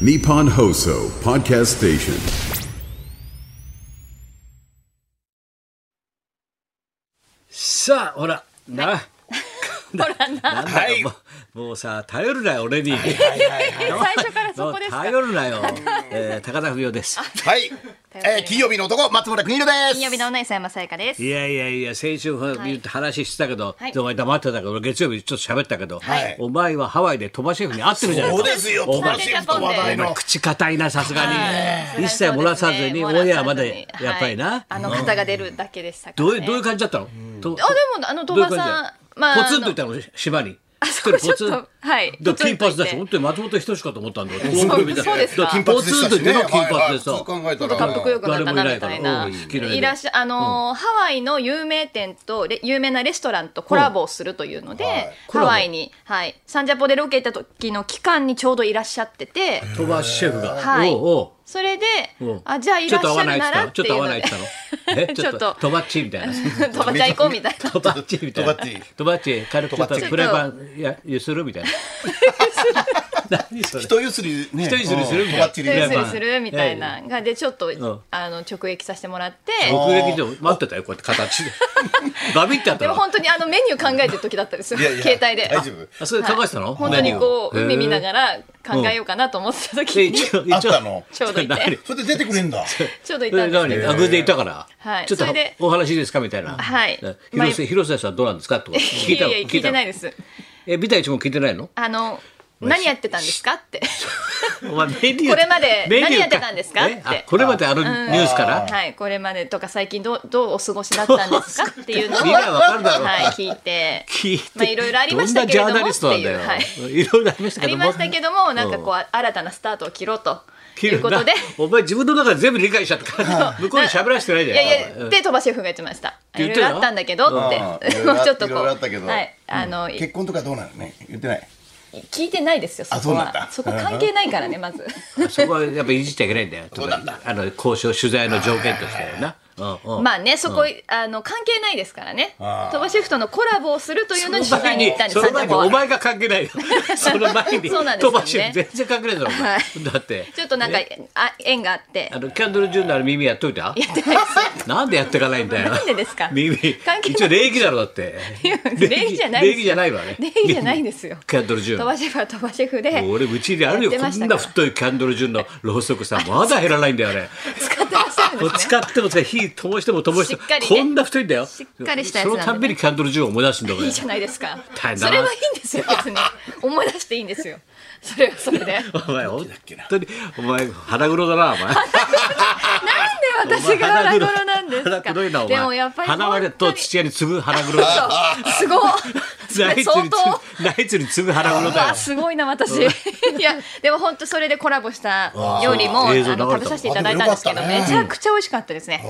Nippon Hoso Podcast Station. さあほら な、なんだよはいもうもうさ頼るなよ俺に、最初からそこですか。頼る なよ、えー、高田文夫ですはい。えー金曜日の男、松村邦洋です。金曜日のうないさやまさやかですい。やいやいや先週ほら言って話してたけど、はいでお前黙ってたけど俺月曜日ちょっと喋ったけど、はいお前はハワイで鳥羽シェフに会ってるじゃないそうかですよ、お飛前ばしと話題お前の。口堅いなさすがに、一切漏らさずにオもンらさずにエアまでやっぱりな、はいあの方が出るだけでしたからどね。ういうどういう感じだったの、とあでもあのどういう感じ鳥羽ださんよ、まあポツンといったの島にあそこちょっとはいでポツ金ンといて髪だし本当に松本人志かと思ったんだよそうそうですか金髪でしたしね金髪でさはいはい普通考えたからっこよくなったなみたいな。誰もいないからうんいらっしゃあのーハワイの有名店とレ有名なレストランとコラボをするというので、はいコラボハワイにはいサンジャポでロケ行った時の期間にちょうどいらっしゃってて、鳥羽シェフが、はいおうおうそれでうんあじゃあいらっしゃるならってちょっいと合うわのないっでて言ったのえち ちょょっとっとトバッチみた いな鳥羽ちゃん行こうみたいな。トバッチみたいなトバッチトバッチ軽くちょっとトバッチフライパンやゆするみたいな何それ人ゆすりね。一人ずりするみたいうんなばっちりセねン一人スずりにするみたいながでちょっと、んあの直撃させてもらって目撃でも待ってたよこうやって形でバビってあったでもの本当にあのメニュー考えてる時だったんですよいやいや携帯で大丈夫。あそれはい探したの、本当にこメニューう海見なへがら考えようかなと思ってた時えに、一応一応あったの。 ちょうどい て何それで出てくれんだ。ちょうどいそたれんですけ何どあ偶然いたから、はいちょっとそれでお話いいですかみたいな、はいえ広瀬広瀬さんはどうなんですかとか聞いいたやのいや聞いてないいですえビタ一問聞いてないのあの何やってたんですかってお前メニュー これまでメニュー何やってたんですかえあってこれまであのニュースから、はいこれまでとか最近どうどうお過ごしだったんですかっていうのをみんなわかるだろうはい聞いて聞いて、まあいろいろありましたけれどもどんなジャーナリストなんだよ、っていうい、ろいろありましたあけりどましたけどもなんかこうあ新たなスタートを切ろうと切いるうことでなお前自分の中で全部理解しちゃったか ら向こうに喋らせてないじゃんいやいや、で、鳥羽シェフが言ってました。て言っいろていたろあったんだけどってう、ん もうちょっといろこいろあうったけ、どはい、あの、い結婚とかどうなのね。言ってない。聞いてないですよ、そあそこうなんだは。そこ関係ないからね、まず。そこはやっぱいじっちゃいけないんだよそうなんだあの交渉取材の条件としてはな、うんうん、まあね、そこ、あの、関係ないですからね。鳥あー羽シェフとのコラボをするというのにそ取の前材にに行ったんです、その前におは。前が関係ないよその前に そうなんで飛すよねばし全然関係ないだろお前はいだってちょっとなんか、あ、縁があってあ。のキャンドル・ジュンのあの耳やっといたやってないですなんでやっていかないんだよなんでですか耳関係ない一応礼儀だろだって礼儀じゃないですよ礼儀じゃないわね礼儀じゃないですよ。キャンドル・ジ鳥ュン羽シェフは鳥羽シェフで。俺うちであるよやってこましたんかなら太いキャンドル・ジュンのろうそくさまだ減らないんだよね使ってらっしゃるんこうですね。使っても使い火灯しても灯してもしっかりねこんな太いんだよしっかりしたやつそなのんでねたんびにキャンドル・ジュンを思い出すんだ俺いいじゃないですか。大変だそなれはいいんですよ、別に。思い出していいんですよ。それはそれで。お前本当にお前腹黒だなお 前なんで私が腹黒なんです腹か。黒いなお前でもやっぱり鼻割れと土屋に次ぐ腹黒だそうすごい。そナれイツ相に次当。ぐナイツに次ぐ腹黒だよあすごいな私。いやでも本当それでコラボした料理もあーあの映像流れた食べさせていただいたんですけどあでもよかったねめちゃくちゃ美味しかったですね。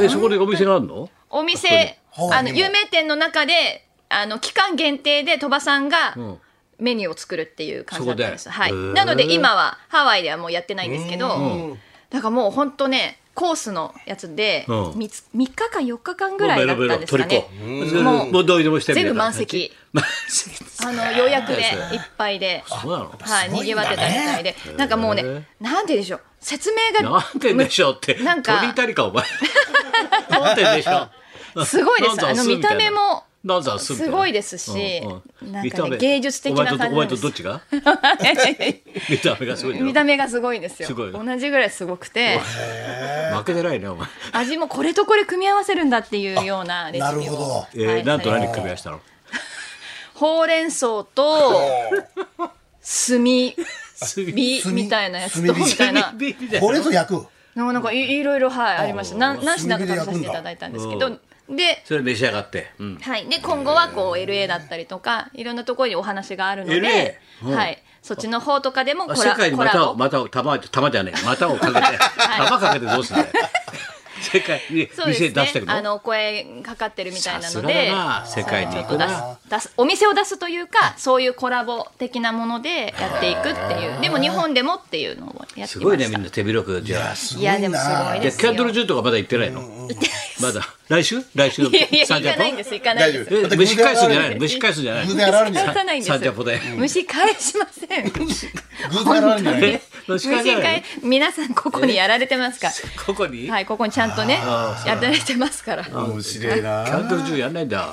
えそこでお店があるのお店うんあの有名店の中であの期間限定で鳥羽さんがんメニューを作るっていう感じだったんです。そこではへい。ーなので今はハワイではもうやってないんですけど、だからもう本当ねコースのやつでうん三つ三日間四日間ぐらいだったんですかベロね。ベロ取りこもうもうどうにでもしてみたいな全部満席満席ですあの予約でいっぱいで。そうなのはい、賑わってたみたいで、なんかもうね、なんて言うんでしょう、説明が なんででしょうってなんか鳥いたりかお前なんででしょうすごいです。なんあざのんす見た目もなんざんすみたすなごいですしうんうん、なん見たか目ね芸術的な感じおな前んとでお前とどっす。ちが 見た目がすごいだろ見た目がすごいんですよ。すごい同じぐらいすごくて、負けてないねお前味もこれとこれ組み合わせるんだっていうようなレシピを。なるほえはーいなんと何組み合わせたの ほうれん草と炭火炭みたいなやつと炭火みたいな。ビビど。これぞ焼く。なんかいいろいろはいありました。なん何品か食炭火でべ焼さくんだせていただいたんですけど、で。それ召し上がって、うん、はい、で今後はこう LA だったりとかいろんなところにお話があるので、はい、そっちの方とかでもあコ世ラ界にコまラたをボまたを玉玉じゃねえまたをかけ て玉かけてどうすんだよ 世界にそうで店すに出してねくのあのお声かかってるみたいさなすのがだでな世界に行く出なす出すお店を出すというかそういうコラボ的なものでやっていくっていうでも日本でもっていうのをやってすいごまいねしみたんな手広くじゃあすいやでもすごいじでゃあすキャよンドル・ジュンとかまだ行ってないの、 まだ来週来週のいやいやサン行ジャかポないんです行かないんです大丈夫え虫返すんじゃないの虫返すんじゃない偶の然現れるんじゃ返ない。さないんですサンジャポで虫返しません偶然現れるんじゃない。え無確かに人会皆さんここにやられてますかここに、はいここにちゃんとねやられてますから面白いキャンなドル中やんないんだ。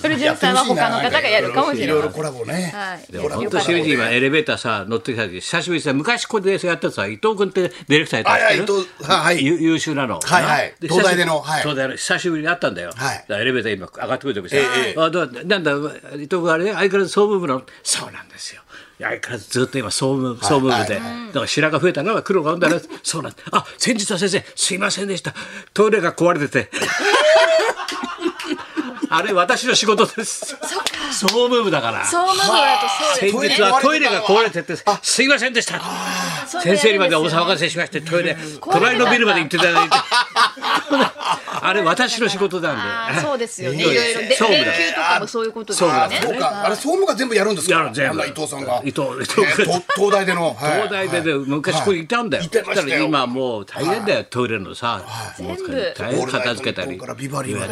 トルジュンさんは他の方がやるかもしれないいろいろコラボねはいでも本当シルジーはエレベーターさ乗ってきた時久しぶりにさ昔ここでやってたさ伊藤君ってディレクターやったはいはい知ってる伊藤はいはいゆ優秀なのはいはいで東大での久しぶりはい東大の久しぶりに会ったんだよはいだからエレベーター今上がってくる時さええあどうなんだ伊藤君あれね相変わらず総務部のそうなんですよ相変わらずずっと今総務総務部で、だから白髪増えたのが黒が多いんだな、そうなんだあ先日は先生すいませんでしたトイレが壊れてて あれ私の仕事です総務部だから総務部だとそうで先すね日はトイレが壊れてて、すいませんでした。先生にまでお騒がせしまして、トイレ、隣のビルまで行っていただいて。あれ、私の仕事なんあで。ーそうですよえねいえろいろで連総務だ休とかもそういうことです総務だよねそうかあれ総務が全部やるんですかやる全部あんな伊藤さんが伊藤伊藤ね東東大でのはい東大でねはい昔ここにいたんだよ。はいいてましたよだから今もう大変だよ、トイレのさ。もう全部大変片付けたり。オールナイトニッポンからビバリーま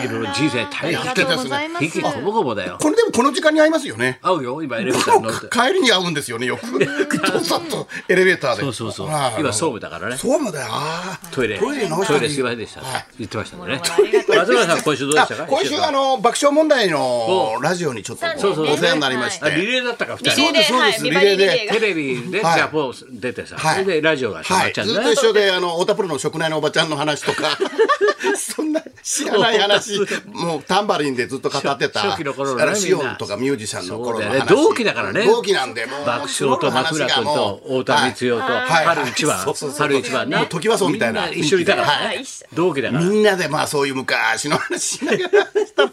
でいろいろ人生大あ変りがだとようございます息こもごもだよ。これでもこの時間に会いますよね会うよ、今エレベーターに乗って。帰りに会うんですよねよく伊藤さんとエレベーターでそうそうそう。はい今総務だからね。総務だよあートイレ、トイレのトイレすいませんでしたはい。言ってましたもんねもらもらありが。とう松村さん、今週どうであしたか今週あの爆笑問題のラジオにちょっとそうそうお世話になりましあリてレーだったか、二リ人。レーでそうはでいすビバリーリレーでリレーがテレビでジはいャポン出てさ、はいそれでラジオが始まはっいちゃうずんっだと一緒であの太田プロの食内のおばちゃんの話 とかそんな知らない話もうタンバリンでずっと語ってた初初期の頃のねあシオみんなンとかミュージシャンの頃のそうだよ話ね同期だからね同期なんでもう爆笑と枕君と太田光代とはい春一番そうそうそう春一番ねもう時はそうみたいなみん一緒にいたからはねい同期だからみんなでまあそういう昔の話しながら した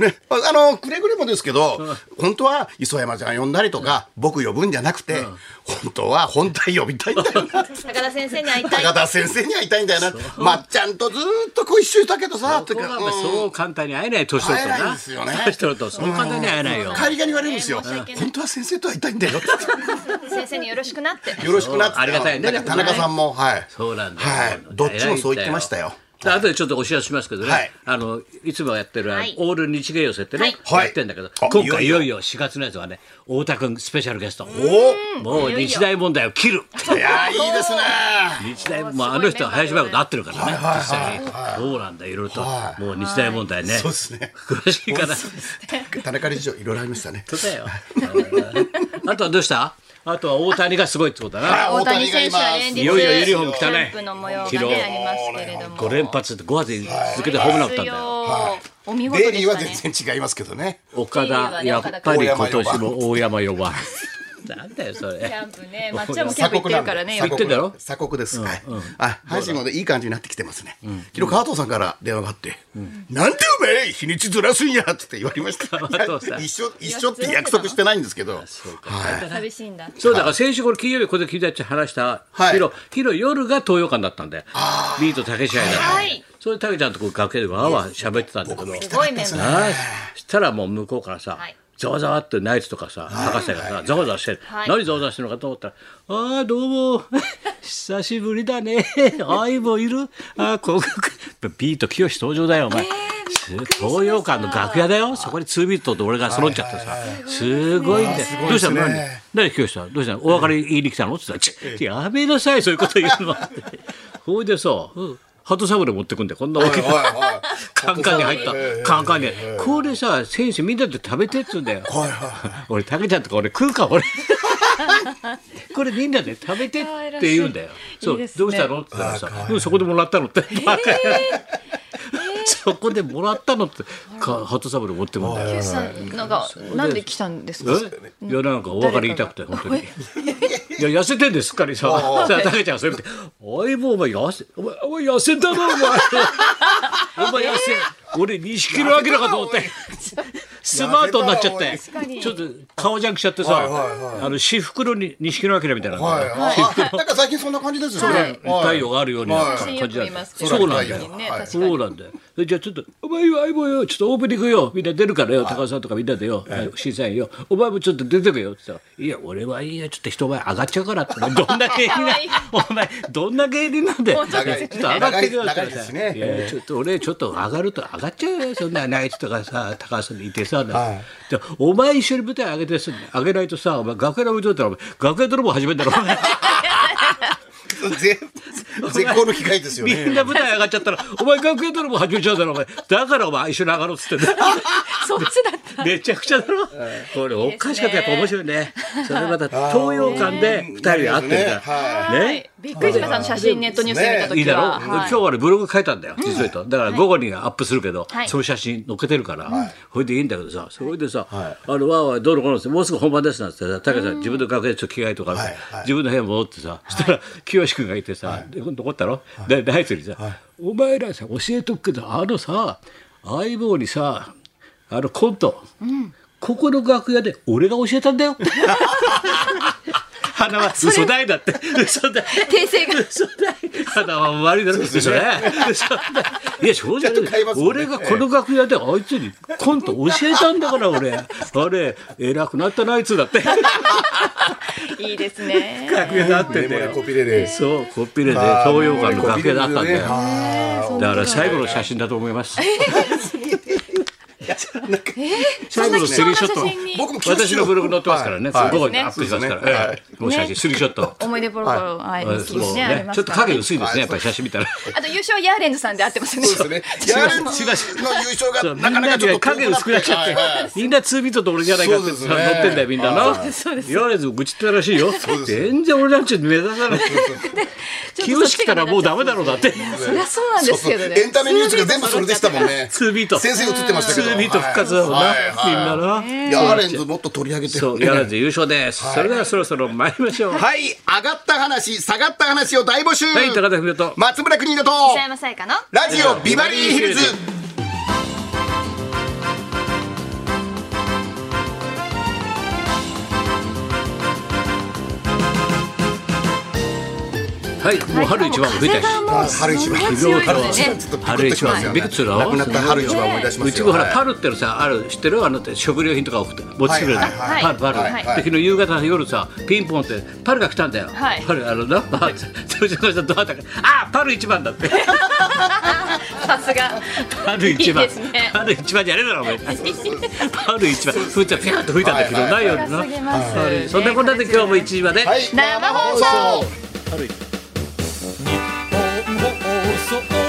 ねあのくれぐれもですけど、本当は磯山ちゃん呼んだりとか、僕呼ぶんじゃなくて、本当は本体呼びたいんだよな 高田先生に会いたい高田先生に会いたいんだよなまっちゃんとずーっとこう一緒にいたけどさそこがとかそう簡単に会えない年取ると会えないなですよね年取るとそう簡単に会えないようん帰りがに言われるんですよ、申し訳ない本当は先生と会いたいんだよって先生によろしくなって よろしくなっそてうありがたいねなんか田中さんもはいそうなんだよはいどっちもそう言ってましたよで後でちょっとお知らせしますけどね、はいい、あのいつもやってる、あのはいオール日芸寄せってね、はいやってんだけど、あ今回いいよよいよ4月のやつはね太田君スペシャルゲストおもう日大問題を切るおいやーいいですね日大もうあの人は林真子と会ってるからね、実際に、そうなんだいろいろと、はいもう日大問題ね、そうですね詳しいから田中理事長いろいろありましたねそう だよあとはどうしたあとは大谷がすごいってことだなあ大谷選手は連日いよいよユニフォーム着たねキャンプの模様が昨日ねありますけれども5連発って5発続けてホームラン打ったんだよお見事デイでリーしはたね全然違いますけどね岡田いいやわっねぱり今年も大山4番 なんだよそれキャンプねまっちゃんもキャンプ行ってるからね鎖行ってんだろ鎖国です、はいあ阪神もねいい感じになってきてますね、昨日川藤さんから電話があって「なんでお前日にちずらすんや」って言われました川藤さん 一緒一緒って約束してないんですけどはい寂しいんだそうだから先週これ金曜日ここで君たちと話したはい昨日昨日夜が東洋館だったんでビートたけし会だったんだよはいそれでたけちゃんとこう崖でわーわー喋ってたんだけどすごいメンバーはいしたらもう向こうからさはいざわざわってナイツとかさ博士がさざわざわしてるはい何ざわざわしてるのかと思ったら「ああどうも 久しぶりだね 相棒いるああここビート清志登場だよお前」東洋館の楽屋だよそこに2ビートと俺が揃っちゃってさすごいんだよどうしたの何何清志さんどうしたのお別れ言いに来たのって言ったらち「やめなさいそういうこと言うの」ってほいでさうん鳩サブレー持ってくんだよこんな大きいカンカンに入った。カンカンに。これさ、選手みんなで食べてっつうんだよ。俺、タケちゃんとか俺食うか、俺。 これみんなで食べてって言うんだよ。そいいうで、すねどうしたのって言ったらさ、うんそこでもらったのって。バカ そこでもらったのって、か鳩サブレー持ってくんだよ。キュウさんのがなんで来たんですかえいやなんかお別れ言いたくて本当にいや痩せてんですっかり ささあたけちゃんがそれ見て「おいもうお前痩せお前お前痩せたなお 前お前痩せ俺2キロ上げなかと思っ てスマートになっちゃってたなおいちょっと顔じゃんくしちゃってさ、あの私服のに錦野明みたいな、はいはい あなんか最近そんな感じですよねはい太陽があるようなはい感じよだく見ますけどそうなんだよ太陽ね確かにそうなんだよでじゃあちょっと「お前は相棒よちょっとオープニングよみんな出るからよ高尾さんとかみんなでよ審査員よお前もちょっと出てくよ」って言ったら「いや俺はいいやちょっと人前上がっちゃうから」って「お前どんな芸人かわないいお前どんな芸人なんだよ」ちょっ長いと上がってくよ」って言っ長いたでらすねいやちょっと俺ちょっと上がると上がっちゃうよそんなナイツとかさ高橋さんにいてさ、でお前一緒に舞台上げてさ上げないとさお前楽屋の上でたらお前楽屋泥棒始めんだろお前絶絶好の機会ですよみねんな舞台上がっちゃった ら、お前楽屋ドラマ始めちゃうだろ、お前。だからお前一緒に上がろうっつ ってんだ そっちだった。めちゃくちゃだろ。これおかしかった。やっぱ面白いね。それまた東洋館で二人で会ってるかはら。はいね。びっくりしました。あの写真ネットニュースで見たい時いだろは。今はい日はねブログ書いたんだよ実を言うとだから午後にアップするけどはいその写真載っけてるからほいでいいんだけどさそれでさは「いあのわーわーどうのこうの」ってもうすぐ本番ですなんつってさ武さん自分の楽屋でちょっと着替えとかはいはい自分の部屋戻ってさそしたら清君がいてさで残ったろでであいつにさ「お前らさ教えとくけどあのさ相棒にさあのコントここの楽屋で俺が教えたんだ よ」花は嘘だいだって嘘だい訂正が。嘘だい肌は悪いだろでしょね。嘘だいいや正ちょっと買直いますもんね俺がこの楽屋であいつにコント教えたんだから俺あれ偉くなったなあいつだっていいですね。楽屋だっいてメんだモリよコピレレそうコピーレであー東洋館の楽屋だったん だメモリコピレレねよあだから最 後の写真だと思いますそ最 んな後の貴スリ重ーシな写ョット真に僕も私のブログ載ってますからねはい午後にアップしますかそうですねらええもう写真スリーショット思い出ボロボロはいええ好きですそうねありねまちょすっとから影薄いですねやっぱり写真見たら。あと優勝はヤーレンズさんで合ってますよ ね。そうですね。ヤーレンズの優勝そがうみんなかななかちでょっと遠く影薄くなっちゃっはいはいてみんなツービートと俺じゃないかってそうです乗ねってんだよみんななヨレズ愚痴ってたらしいよ全然俺なんちゅう目指さないちょっ清としきたらもうダメだろうだってそりゃそうなんですけどね。エンタメニュースが全部それでしたもんね。ツービート先生映ってましたツけど。ービート復活だもんなはいはいみんななヤーレンズもっと取り上げて。そうヨレズ優勝ですそれではそろそろ参りましょうははい、上がった話、下がった話を大募集。い高田文夫と松村邦人と北山さやかの。ラジオビバリーヒルズ。はいもう春一番も吹いたし風がもうすごい強いのでね。春一番ビクつろ亡くなった春一番思い出しまうすちよ。もほら、パはルってのさある知ってるあの食料品とか送って持ってきてくれるの、はいはいはいパルパル、はいはいで昨日夕方夜さピンポンってパルが来たんだよ、はいパルあのなパル それからどうだったかあパル一番だってさすが。パル一番いいですねパル一番じゃねえだろお前パル一番吹いたピャーッと吹いたんだけど、はいはないよさなすぎますね。そんなことで今日も1時まで、い、生放送。日本放送